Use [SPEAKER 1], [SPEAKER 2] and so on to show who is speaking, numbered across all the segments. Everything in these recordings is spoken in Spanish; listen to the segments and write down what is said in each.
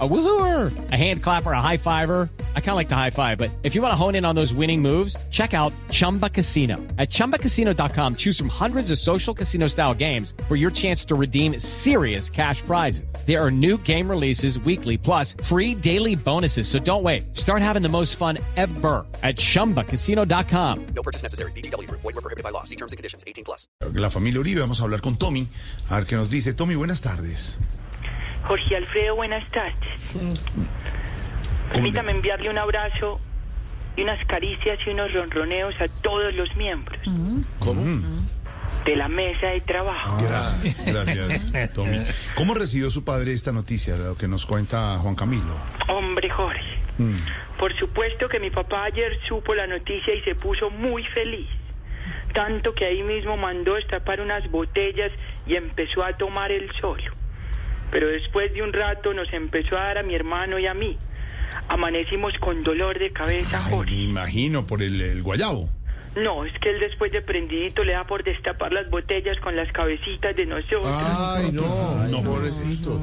[SPEAKER 1] A woohooer, a hand clapper, a high fiver. I kind of like the high five, but if you want to hone in on those winning moves, check out Chumba Casino. At chumbacasino.com, choose from hundreds of social casino style games for your chance to redeem serious cash prizes. There are new game releases weekly, plus free daily bonuses. So don't wait. Start having the most fun ever at chumbacasino.com.
[SPEAKER 2] No purchase necessary. BGW. Void were prohibited by law. See terms and conditions. 18 plus.
[SPEAKER 3] La familia Uribe, vamos a hablar con Tommy, a ver qué nos dice. Tommy, buenas tardes.
[SPEAKER 4] Jorge Alfredo, buenas tardes. Permítame enviarle un abrazo y unas caricias y unos ronroneos a todos los miembros
[SPEAKER 3] ¿Cómo?
[SPEAKER 4] de la mesa de
[SPEAKER 5] Ah.
[SPEAKER 4] trabajo.
[SPEAKER 3] Mm, Gracias, gracias, Tommy. ¿Cómo recibió su padre esta noticia, lo que nos cuenta Juan Camilo?
[SPEAKER 4] Hombre Jorge, por supuesto que mi papá ayer supo la noticia y se puso muy feliz. Tanto que ahí mismo mandó destapar unas botellas y empezó a tomar el solo. Pero después de un rato nos empezó a dar a mi hermano y a mí. Amanecimos con dolor de cabeza,
[SPEAKER 3] Ay,
[SPEAKER 4] Jorge.
[SPEAKER 3] me imagino, por el, el guayabo.
[SPEAKER 4] No, es que él después de prendidito le da por destapar las botellas con las cabecitas de nosotros.
[SPEAKER 3] Ah. no, no, pobrecito.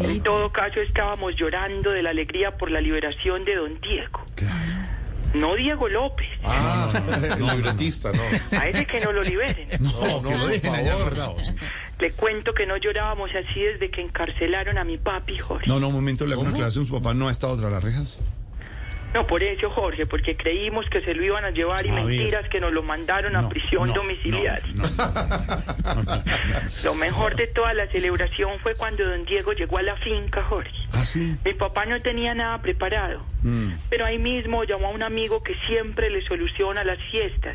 [SPEAKER 4] En todo caso, estábamos llorando de la alegría por la liberación de don Diego.
[SPEAKER 3] Claro.
[SPEAKER 4] No Diego López,
[SPEAKER 5] Ah. No, libretista, no.
[SPEAKER 4] a ese que no lo liberen.
[SPEAKER 3] No,
[SPEAKER 5] no,
[SPEAKER 3] que lo
[SPEAKER 5] por
[SPEAKER 3] dejen allá
[SPEAKER 5] favor.
[SPEAKER 3] guardado, sí.
[SPEAKER 4] Le cuento que no llorábamos así desde que encarcelaron a mi papi Jorge.
[SPEAKER 3] No, no, un momento, le hago una aclaración. ¿Su papá no ha estado tras las rejas?
[SPEAKER 4] No, por eso Jorge, porque creímos que se lo iban a llevar y
[SPEAKER 3] A ver.
[SPEAKER 4] mentiras que nos lo mandaron a
[SPEAKER 3] No,
[SPEAKER 4] prisión
[SPEAKER 3] no,
[SPEAKER 4] domiciliaria.
[SPEAKER 3] no, no, no, no, no.
[SPEAKER 4] Lo mejor de toda la celebración fue cuando don Diego llegó a la finca Jorge.
[SPEAKER 3] Ah, sí.
[SPEAKER 4] Mi papá no tenía nada preparado,
[SPEAKER 3] Mm.
[SPEAKER 4] pero ahí mismo llamó a un amigo que siempre le soluciona las fiestas.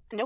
[SPEAKER 6] No